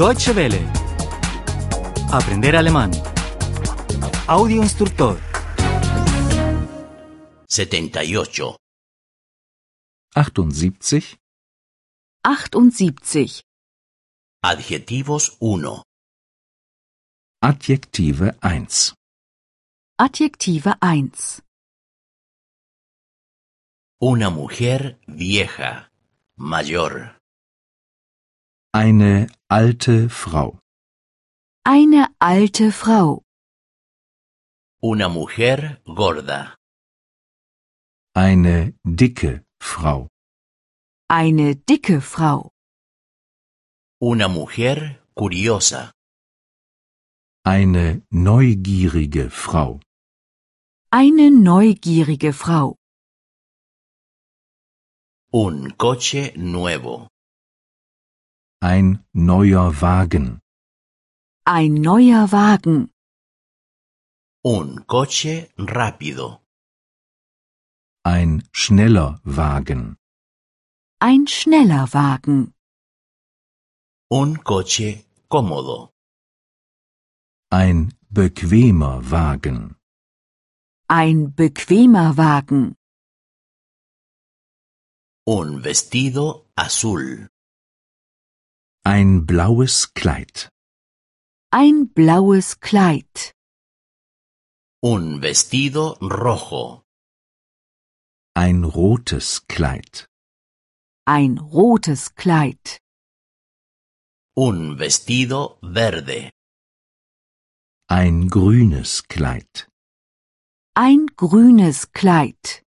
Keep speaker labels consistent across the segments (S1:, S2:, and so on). S1: Deutsche Welle. Aprender alemán. Audio instructor.
S2: 78.
S3: 78.
S4: 78.
S2: Adjetivos 1.
S3: Adjektive 1.
S4: Adjektive 1.
S2: Una mujer vieja, mayor.
S3: Eine alte Frau.
S4: Eine alte Frau.
S2: Una mujer gorda.
S3: Eine dicke Frau.
S4: Eine dicke Frau.
S2: Una mujer curiosa.
S3: Eine neugierige Frau.
S4: Eine neugierige Frau.
S2: Un coche nuevo.
S3: Ein neuer Wagen.
S4: Ein neuer Wagen.
S2: Un coche rápido.
S3: Ein schneller Wagen.
S4: Ein schneller Wagen.
S2: Un coche cómodo.
S3: Ein bequemer Wagen.
S4: Ein bequemer Wagen.
S2: Un vestido azul.
S3: Ein blaues Kleid.
S4: Ein blaues Kleid.
S2: Un vestido rojo.
S3: Ein rotes Kleid.
S4: Ein rotes Kleid.
S2: Un vestido verde.
S3: Ein grünes Kleid.
S4: Ein grünes Kleid.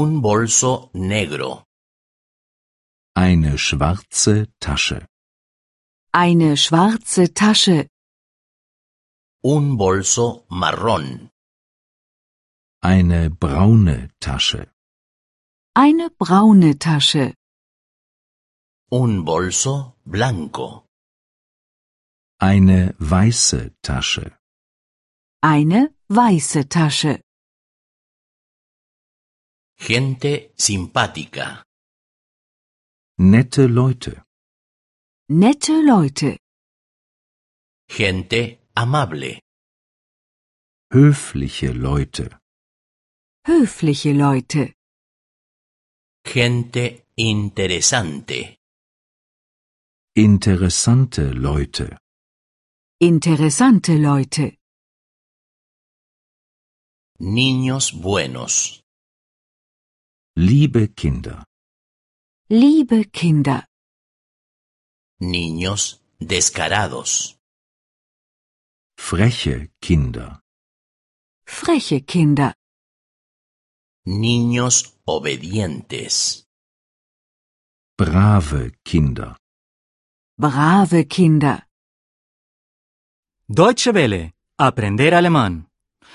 S2: Un bolso negro.
S3: Eine schwarze Tasche.
S4: Eine schwarze Tasche.
S2: Un bolso marrón.
S3: Eine braune Tasche.
S4: Eine braune Tasche.
S2: Un bolso blanco.
S3: Eine weiße Tasche.
S4: Eine weiße Tasche.
S2: Gente simpática.
S3: Nette Leute.
S4: Nette Leute.
S2: Gente amable.
S3: Höfliche Leute.
S4: Höfliche Leute.
S2: Gente interesante.
S3: Interessante Leute.
S4: Interessante Leute.
S2: Niños buenos.
S3: Liebe Kinder.
S4: Liebe Kinder.
S2: Niños descarados.
S3: Freche Kinder.
S4: Freche Kinder.
S2: Niños obedientes.
S3: Brave Kinder.
S4: Brave Kinder.
S1: Deutsche Welle. Aprender alemán.